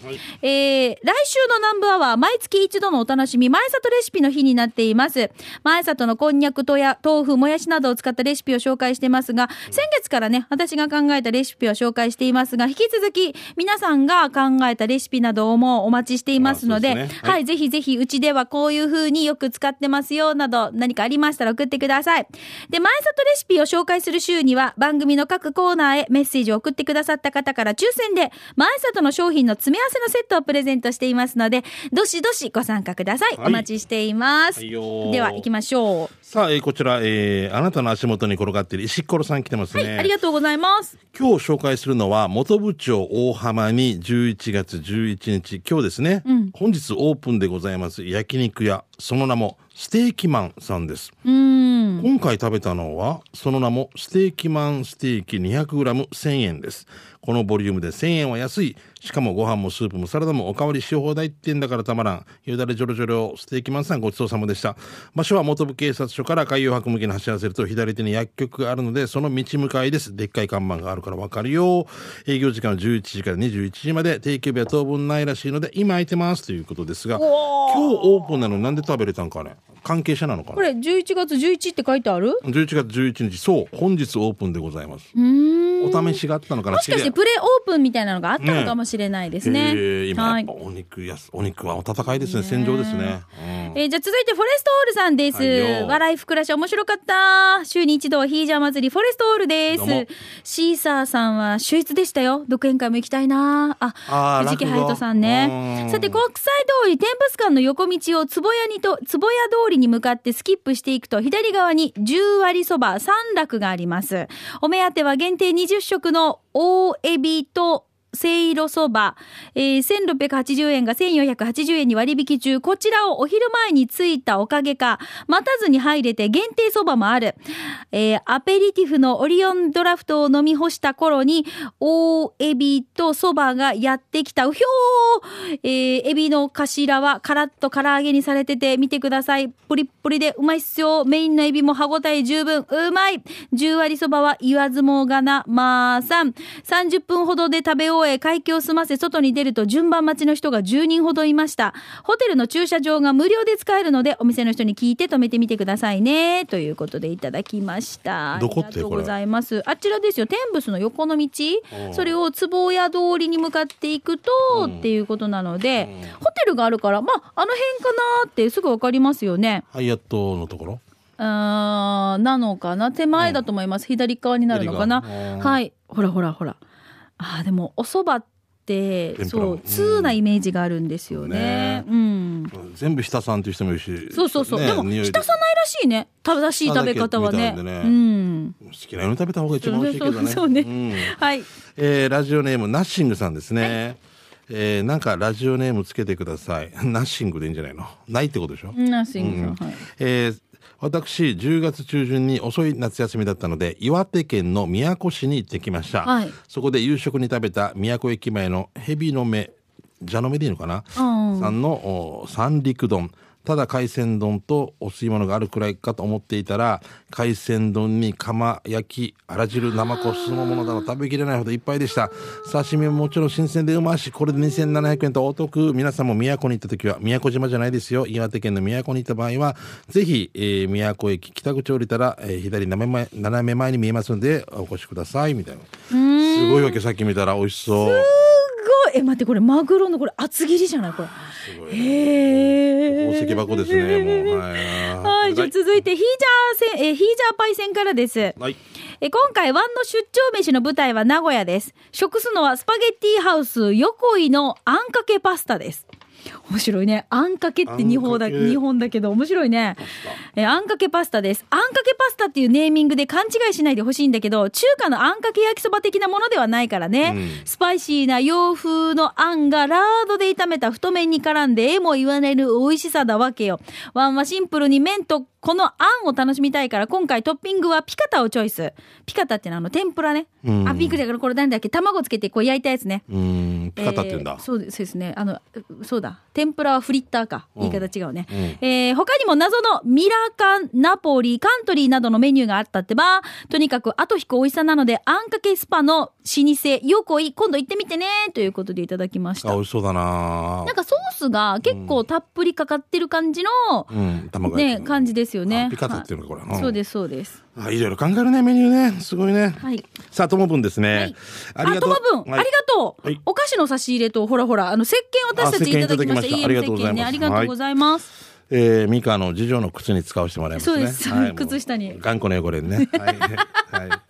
Speaker 1: えー、来週の南部アワー、毎月一度のお楽しみ、前里レシピの日になっています。前里のこんにゃくとや、豆腐、もやしなどを使ったレシピを紹介してますが、先月からね、私が考えたレシピを紹介していますが、引き続き、皆さんが考えたレシピなどをもうお待ちしていますので、
Speaker 2: あそうですね
Speaker 1: はい、
Speaker 2: はい
Speaker 1: ぜひぜひ、うちではこういう風によく使ってますよ、など、何かありましたら送ってください。で、前里レシピを紹介する週には、番組の各コーナーナーへメッセージを送ってくださった方から抽選で、前里の商品の詰め合わせのセットをプレゼントしていますので、どしどしご参加ください。
Speaker 2: はい
Speaker 1: お待ちしています。
Speaker 2: はいよー
Speaker 1: では、行きましょう。
Speaker 2: さあ、えーこちら、えーあなたの足元に転がっている石ころさん来てます
Speaker 1: は
Speaker 2: ね。
Speaker 1: い、ありがとうございます。
Speaker 2: 今日紹介するのは、元部長大浜に11月11日、今日ですね、本日オープンでございます焼肉屋、その名もステーキマンさんです。
Speaker 1: うーん。
Speaker 2: 今回食べたのは、その名もステーキマンステーキ 200g1000 円です。このボリュームで1000円は安い。しかもご飯もスープもサラダもおかわりし放題ってんだからたまらん。よだれジョロジョロ、ステーキマンさんごちそうさまでした。場所は元部警察署から海洋博向きに走らせると左手に薬局があるので、その道向かいです。でっかい看板があるからわかるよ。営業時間は11時から21時まで、定休日は当分ないらしいので、今空いてますということですが、今日オープンなのになんで食べれたんかね関係者なのかな
Speaker 1: これ、11月11って書いてある
Speaker 2: 11月11日、そう、本日オープンでございます。お試しがあったのかな
Speaker 1: もしかしてプレオープンみたいなのがあったのかもしれないですね。
Speaker 2: えー
Speaker 1: は
Speaker 2: 今、やっ
Speaker 1: い
Speaker 2: ぱ。お肉やす、お肉はお戦いですね、戦場ですね。うん
Speaker 1: えーじゃあ続いてフォレストオールさんです。
Speaker 2: はいよ
Speaker 1: 笑いふくらし面白かった。週に一度はヒージャー祭りフォレストオールで
Speaker 2: どうも
Speaker 1: す。シーサーさんは秀逸でしたよ。独演会も行きたいな。あ、
Speaker 2: あー
Speaker 1: 藤木
Speaker 2: 落語
Speaker 1: 隼人さんね
Speaker 2: う。ん
Speaker 1: さて、国際通り、天物館の横道を坪屋にと、坪屋通りに向かってスキップしていくと、左側に10割そば三楽があります。お目当ては限定20食の大エビと、せいろそば、えー、1680円が1480円に割引中。こちらをお昼前に着いたおかげか、待たずに入れて限定そばもある。えーアペリティフのオリオンドラフトを飲み干した頃に、大エビとそばがやってきた。うひょーえーエビの頭はカラッと唐揚げにされてて、見てください。プリップリでうまいっすよ。メインのエビも歯ごたえ十分。うまい。10割そばは言わずもがな、まーさん。30分ほどで食べ終え、会計を済ませ、外に出ると順番待ちの人が10人ほどいました。ホテルの駐車場が無料で使えるので、お店の人に聞いて止めてみてくださいね。ということでいただきました。
Speaker 2: どこっ
Speaker 1: あ
Speaker 2: て
Speaker 1: りがとうございます。あちらですよ。天仏の横の道。
Speaker 2: ん
Speaker 1: それを坪屋通りに向かっていくと、っていうことなので、ホテルがあるから、まあ、あの辺かなってすぐわかりますよね。
Speaker 2: ハイアットのところ
Speaker 1: あーなのかな手前だと思います、左側になるのかな
Speaker 2: 左側うん
Speaker 1: はいほらほらほらあーでもお蕎麦って
Speaker 2: 天ぷら
Speaker 1: そううん通なイメージがあるんですよね
Speaker 2: ね
Speaker 1: うん
Speaker 2: 全部下さんっていう人もいるし。
Speaker 1: そうそうそう、
Speaker 2: ね
Speaker 1: でも
Speaker 2: 匂い
Speaker 1: 下さないらしいね正しい食べ方はね
Speaker 2: 下だけみたいなん
Speaker 1: う
Speaker 2: でね
Speaker 1: ん
Speaker 2: 好きなように食べた方が一番美味しいけどね。
Speaker 1: そうねそうね
Speaker 2: ん
Speaker 1: はい
Speaker 2: えーラジオネームナッシングさんですね。えーなんかラジオネームつけてください。ナッシングでいいんじゃないのないってことでしょ
Speaker 1: ナーシングさん、はい
Speaker 2: えー私、10月中旬に遅い夏休みだったので、岩手県の宮古市に行ってきました。
Speaker 1: はい
Speaker 2: そこで夕食に食べた宮古駅前の蛇の目、蛇の目でいいのかな、
Speaker 1: うん
Speaker 2: さんのお三陸丼。ただ海鮮丼とお吸い物があるくらいかと思っていたら、海鮮丼に釜焼き、あら汁、生子、酢の物など食べきれないほどいっぱいでした。刺身ももちろん新鮮でうまいし、これで2700円とお得。皆さんも宮古に行った時は、宮古島じゃないですよ。岩手県の宮古に行った場合は、ぜひ、えー宮古駅北口降りたら、えー左斜め前斜め前に見えますので、お越しください。みたいな。すごいわけ、さっき見たら美味しそう。
Speaker 1: すごいえ待ってこれマグロのこれ厚切りじゃないこれへえ
Speaker 2: 宝石箱ですね。もう。はい
Speaker 1: はい、じゃあ続いてヒージャー戦、えーヒージャーパイセンからです。
Speaker 2: はい。
Speaker 1: えー今回、ワンの出張飯の舞台は名古屋です。食すのはスパゲッティハウス横井のあんかけパスタです。面白いね。あんかけって日本だ、
Speaker 2: あんかけ
Speaker 1: 日本だけど面白いね。えーあんかけパスタです。あんかけパスタっていうネーミングで勘違いしないでほしいんだけど、中華のあんかけ焼きそば的なものではないからね。スパイシーな洋風のあんがラードで炒めた太麺に絡んで、えも言われる美味しさだわけよ。ワンはシンプルに麺とこのあんを楽しみたいから、今回トッピングはピカタをチョイス。ピカタってのはあの天ぷらね。あ、ピクだからこれ何だっけ卵つけてこう焼いたやつね。
Speaker 2: うーん、ピカタって言うんだ。
Speaker 1: えーそうですそうですねあのうそうだ天ぷらはフリッターか言い方違うね、
Speaker 2: うん
Speaker 1: えー他にも謎のミラカンナポリカントリーなどのメニューがあったってばとにかく後引く美味しさなのであんかけスパの老舗横井今度行ってみてねということでいただきました
Speaker 2: あ、美味しそうだ
Speaker 1: な
Speaker 2: な
Speaker 1: んかソースが結構たっぷりかかってる感じの、
Speaker 2: うん、卵焼き
Speaker 1: ね感じですよね
Speaker 2: あピカタっていうのかこれ
Speaker 1: はい
Speaker 2: うん
Speaker 1: そうですそうです
Speaker 2: あ、いろいろ考えるね、メニューね。すごいね。
Speaker 1: はい
Speaker 2: さあ、ともぶんですね。
Speaker 1: はい
Speaker 2: ありがとう。
Speaker 1: あ、ともぶん、
Speaker 2: はい
Speaker 1: ありがとう、
Speaker 2: はい
Speaker 1: お菓子の差し入れと、ほらほら、あの、石鹸私たちいただきました。
Speaker 2: あ石鹸い
Speaker 1: EM
Speaker 2: ただきましたありがとうご
Speaker 1: 石
Speaker 2: ざ
Speaker 1: 鹸ね。
Speaker 2: いま
Speaker 1: あ
Speaker 2: す
Speaker 1: りがとうございます。
Speaker 2: えー、ミカの次女の靴に使わせてもらいますね。
Speaker 1: そうです
Speaker 2: はいもう
Speaker 1: [LAUGHS] 靴下に
Speaker 2: 頑固な汚れね。はい。はい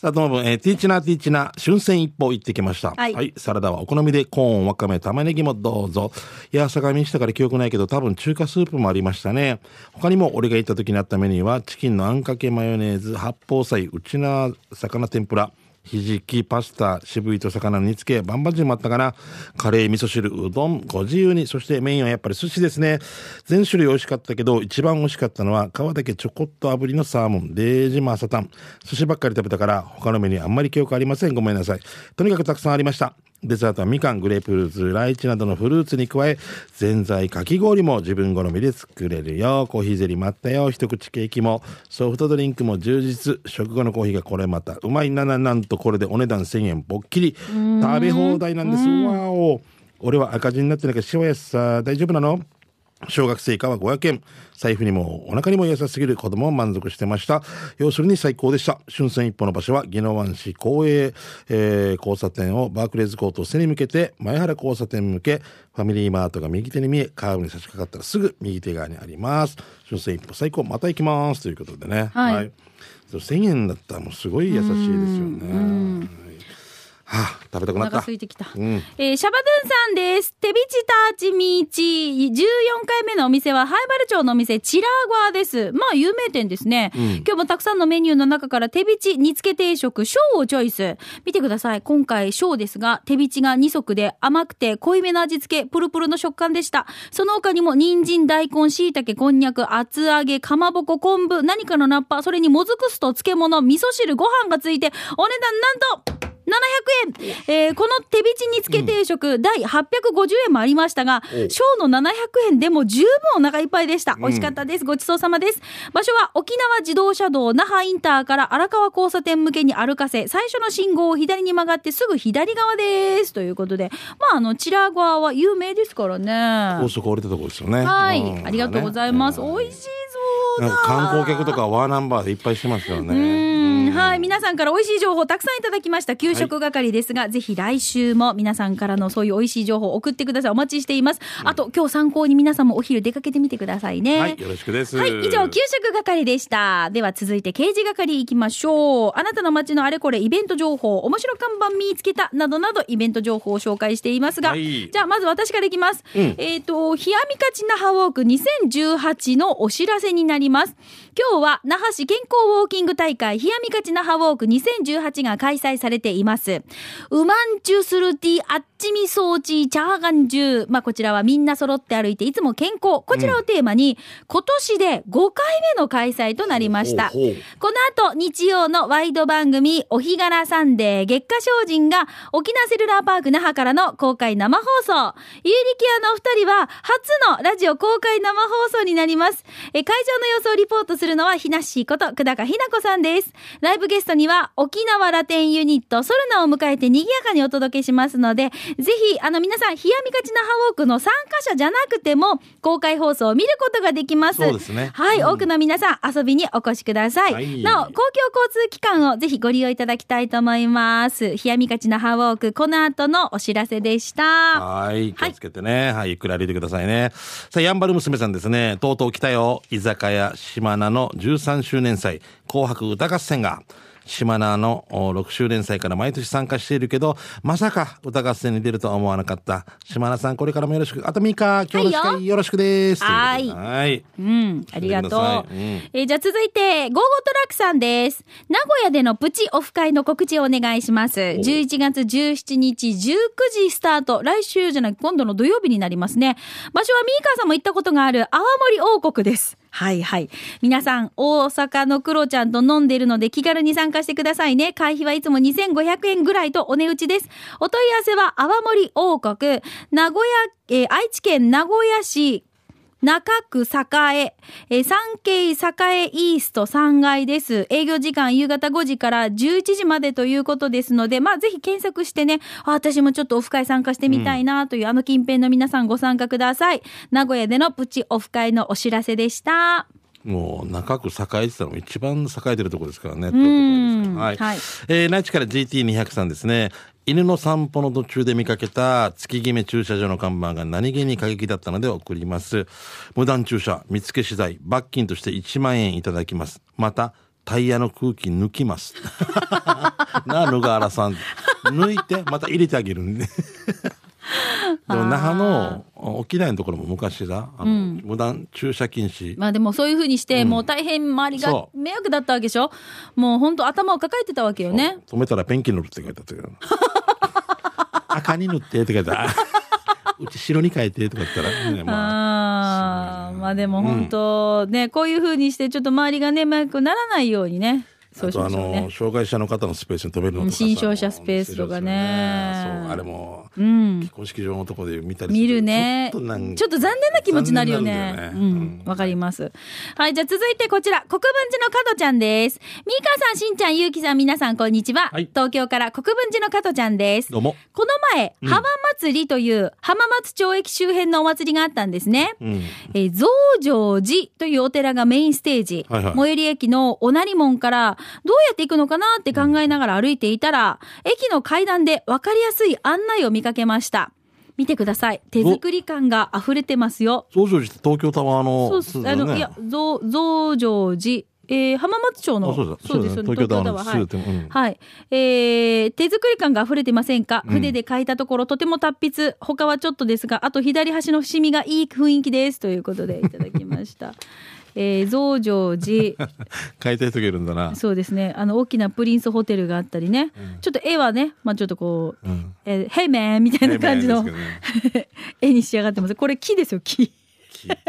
Speaker 2: さあ、どうも、えー、ティーチナーティーチナー、春戦一歩行ってきました。
Speaker 1: はい
Speaker 2: サラダはお好みで、コーン、わかめ、玉ねぎもどうぞ。いや、相模したから記憶ないけど、多分中華スープもありましたね。他にも、俺が行った時にあったメニューは、チキンのあんかけマヨネーズ、八宝菜、うちな魚天ぷら。ひじき、パスタ、渋いと魚の煮付け、バンバンジーもあったかな。カレー、味噌汁、うどん、ご自由に。そしてメインはやっぱり寿司ですね。全種類美味しかったけど、一番美味しかったのは、皮だけちょこっと炙りのサーモン、デージマーサタン。寿司ばっかり食べたから、他のメニューあんまり記憶ありません。ごめんなさい。とにかくたくさんありました。デザートはみかん、グレープフルーツ、ライチなどのフルーツに加え、ぜんざい、かき氷も自分好みで作れるよ。コーヒーゼリーもあったよ。一口ケーキも、ソフトドリンクも充実。食後のコーヒーがこれまた、うまいなな、なんとこれでお値段1000円ぼっきり。食べ放題なんです。わお。俺は赤字になってないから、塩安さ、大丈夫なの小学生以下は500円。財布にもお腹にも優しすぎる子供も満足してました。要するに最高でした。春戦一歩の場所は、宜野湾市公営、えー交差点をバークレーズコートを背に向けて、前原交差点向け、ファミリーマートが右手に見え、カーブに差し掛かったらすぐ右手側にあります。春戦一歩最高、また行きます。ということでね。
Speaker 1: はい
Speaker 2: そう1000円だったらもうすごい優しいですよね。はいはあ、食べたく
Speaker 1: お
Speaker 2: なった。
Speaker 1: 腹空いてきた。
Speaker 2: ん
Speaker 1: えーシャバドゥンさんです。手びちたちみち。14回目のお店は、ハイバル町のお店、チラーゴアです。まあ、有名店ですね。今日もたくさんのメニューの中から、手びち、煮付け定食、小をチョイス。見てください。今回、小ですが、手びちが2足で甘くて濃いめの味付け、プルプルの食感でした。その他にも、人参、大根、椎茸、こんにゃく、厚揚げ、かまぼこ、昆布、何かのナッパ、それにもずく酢と漬物、味噌汁、ご飯がついて、お値段なんと、700円、えーこの手びちにつけ定食、第850円もありましたが小の700円でも十分お腹いっぱいでした美味しかったです、ごちそうさまです場所は沖縄自動車道那覇インターから荒川交差点向けに歩かせ最初の信号を左に曲がってすぐ左側ですということでまああのチラゴアは有名ですから
Speaker 2: 高
Speaker 1: ね
Speaker 2: 速降りたとこですよね。
Speaker 1: はい、
Speaker 2: うん
Speaker 1: ありがとうございます、美味しいそう
Speaker 2: なん
Speaker 1: だ
Speaker 2: か観光客とかワーナンバーでいっぱいしてますよね。
Speaker 1: うんはい、皆さんから美味しい情報たくさんいただきました。給食係ですが、ぜひ来週も皆さんからのそういう美味しい情報を送ってください。お待ちしています。あと、今日参考に皆さんもお昼出かけてみてくださいね。
Speaker 2: はい、よろしくです。
Speaker 1: はい、以上、給食係でした。では続いて、刑事係行きましょう。あなたの街のあれこれ、イベント情報、面白看板見つけた、などなど、イベント情報を紹介していますが、
Speaker 2: はい
Speaker 1: じゃあ、まず私からいきます。えっ、と、ひやみかち那覇ウォーク2018のお知らせになります。今日は、那覇市健康ウォーキング大会、ひやみかち那覇ウォーク2018が開催されています。うまんちゅするティあっちみそうちチャーガンジュまあ、こちらはみんな揃って歩いて、いつも健康。こちらをテーマに、今年で5回目の開催となりました。
Speaker 2: ほうほう
Speaker 1: この後、日曜のワイド番組、お日柄サンデー月下精進が、沖縄セルラーパーク那覇からの公開生放送。ユーリキアのお二人は、初のラジオ公開生放送になります。え会場の様子をリポートするのは、ひなっしーこと、久高ひな子さんです。ライブゲストには、沖縄ラテンユニット、ソルナを迎えて賑やかにお届けしますので、ぜひ、あの皆さん、ひやみかちなハウォークの参加者じゃなくても、公開放送を見ることができます。
Speaker 2: そうですね
Speaker 1: はい、多くの皆さん、遊びにお越しください。
Speaker 2: はい
Speaker 1: なお、公共交通機関をぜひご利用いただきたいと思います。冷やみがちなハウォーク、この後のお知らせでした。
Speaker 2: はい。気をつけてね。はい。ゆっくり歩いてくださいね。さあ、やんばる娘さんですね。とうとう来たよ。居酒屋、島名の13周年祭、紅白歌合戦が、島名のお6周年祭から毎年参加しているけど、まさか歌合戦に出るとは思わなかった。島名さん、これからもよろしく。あと、ミカ、今日の司
Speaker 1: はい
Speaker 2: 会よろしくです。
Speaker 1: はい
Speaker 2: とうことではい。
Speaker 1: うん、ありがとう
Speaker 2: 来てくださ。いうん
Speaker 1: えーじゃあ続いて、ゴーゴートラックさんです。名古屋でのプチオフ会の告知をお願いします。11月17日19時スタート。来週じゃない、今度の土曜日になりますね。場所はミーカーさんも行ったことがある泡盛王国です。はいはい。皆さん、大阪のクロちゃんと飲んでいるので気軽に参加してくださいね。会費はいつも2500円ぐらいとお値打ちです。お問い合わせは泡盛王国、名古屋、えー愛知県名古屋市中区栄、えー、産経栄イースト3階です。営業時間夕方5時から11時までということですので、まあぜひ検索してね、あ私もちょっとオフ会参加してみたいなという、あの近辺の皆さんご参加ください。名古屋でのプチオフ会のお知らせでした。
Speaker 2: もう中区栄えてたのが一番栄えてるところですからね。
Speaker 1: ん
Speaker 2: はい。
Speaker 1: はい
Speaker 2: えー、内地から GT203 ですね。犬の散歩の途中で見かけた月決め駐車場の看板が何気に過激だったので送ります。無断駐車、見つけ次第、罰金として1万円いただきます。また、タイヤの空気抜
Speaker 1: [LAUGHS]
Speaker 2: きます。なあ、野川原さん。抜いて、また入れてあげ
Speaker 1: [LAUGHS]
Speaker 2: るんで。でも那覇の沖縄のところも昔だ、あの、無断駐車禁止。
Speaker 1: まあでもそういうふうにして、もう大変周りが
Speaker 2: そ
Speaker 1: 迷惑だったわけでしょもう本当頭を抱えてたわけよね。
Speaker 2: 止めたらペンキ塗るって書いてあったけど。
Speaker 1: [LAUGHS]
Speaker 2: 赤に塗ってって書いてあった。うち白に書いてとか言ったら、ねまあ、
Speaker 1: あーまあでも本当、ね、こういうふうにして、ちょっと周りがね、迷惑にならないようにね。そう
Speaker 2: あ
Speaker 1: しま
Speaker 2: とあ
Speaker 1: しょうね
Speaker 2: の。障害者の方のスペースに飛べるのとかさ
Speaker 1: うん新商社スペースとかね
Speaker 2: そうあれも、
Speaker 1: うん。
Speaker 2: 公式上のところで見たりす
Speaker 1: 見るね。
Speaker 2: ちょっとなんか
Speaker 1: ちょっと残念な気持ちになるよね。
Speaker 2: 残念
Speaker 1: う
Speaker 2: になるんだよね
Speaker 1: ん。わかります。はい、じゃあ続いてこちら、国分寺の加藤ちゃんです。ミーカーさん、しんちゃん、ゆうきさん、皆さん、こんにちは。
Speaker 2: はい
Speaker 1: 東京から国分寺の加藤ちゃんです。
Speaker 2: どうも。
Speaker 1: この前、浜祭りという浜松町駅周辺のお祭りがあったんですね。
Speaker 2: うん。
Speaker 1: えー増上寺というお寺がメインステージ。
Speaker 2: はいはい
Speaker 1: 最寄り駅のおなり門から、どうやって行くのかなって考えながら歩いていたら、駅の階段で分かりやすい案内を見かけました。見てください。手作り感が溢れてますよ。
Speaker 2: 増上寺って東京タワーの、
Speaker 1: そうです。
Speaker 2: だ
Speaker 1: あ
Speaker 2: よね
Speaker 1: の、いや、増、増上寺。えー浜松町の。
Speaker 2: あそうだ
Speaker 1: ですよね。
Speaker 2: そうだね東京タワーの
Speaker 1: 東はい
Speaker 2: すぐ手うん
Speaker 1: はい。えー手作り感が溢れてませんか筆で描いたところ、とても達筆。他はちょっとですが、あと左端の伏見がいい雰囲気です。ということで、いただきま
Speaker 2: [LAUGHS]
Speaker 1: した。えー増上寺。
Speaker 2: 買いたい人がいるんだな。
Speaker 1: そうですね。あの、大きなプリンスホテルがあったりね。ちょっと絵はね、まあちょっとこう、
Speaker 2: うん
Speaker 1: えー、ヘイメンみたいな感じの [LAUGHS]
Speaker 2: 平面です
Speaker 1: 絵に仕上がってます。これ木ですよ、木。
Speaker 2: けどね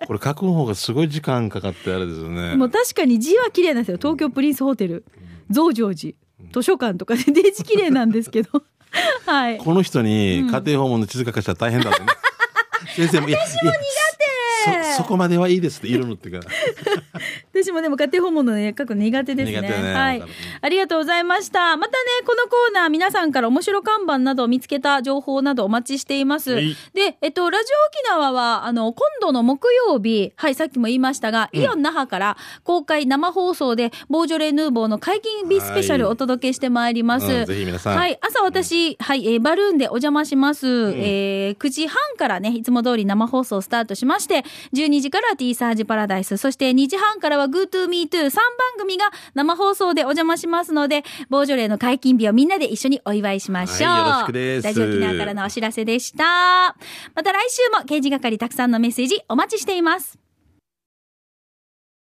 Speaker 2: 木これ書く方がすごい時間かかってあれですよね。
Speaker 1: もう確かに字は綺麗なんですよ。東京プリンスホテル、増上寺、図書館とかで、デージ綺麗なんですけど。
Speaker 2: [LAUGHS]
Speaker 1: はい。
Speaker 2: この人に家庭訪問の地図書かしたら大変だろうね。先生も、いや、私も苦手そそこまではいいですって、色塗ってから。
Speaker 1: 私もでも家庭訪問のね、書くの苦手ですね。
Speaker 2: 苦手ね
Speaker 1: はい
Speaker 2: わかる。
Speaker 1: ありがとうございました。またね、このコーナー、皆さんから面白看板などを見つけた情報などお待ちしています。
Speaker 2: はい
Speaker 1: で、えっと、ラジオ沖縄は、あの、今度の木曜日、はい、さっきも言いましたが、イオン那覇から公開生放送で、ボージョレ・ヌーボーの解禁日スペシャルをお届けしてまいります。
Speaker 2: うんぜひ皆さん
Speaker 1: はい、朝私、はい、えーバルーンでお邪魔します。えー9時半からね、いつも通り生放送スタートしまして、12時から T サージパラダイス、そして2時半からは GoToMeToo3 番組が生放送でお邪魔しますので、ボージョレーの解禁日をみんなで一緒にお祝いしましょう。
Speaker 2: はいよろしくです
Speaker 1: ラジオ沖縄からのお知らせでした。また来週も刑事係たくさんのメッセージお待ちしています。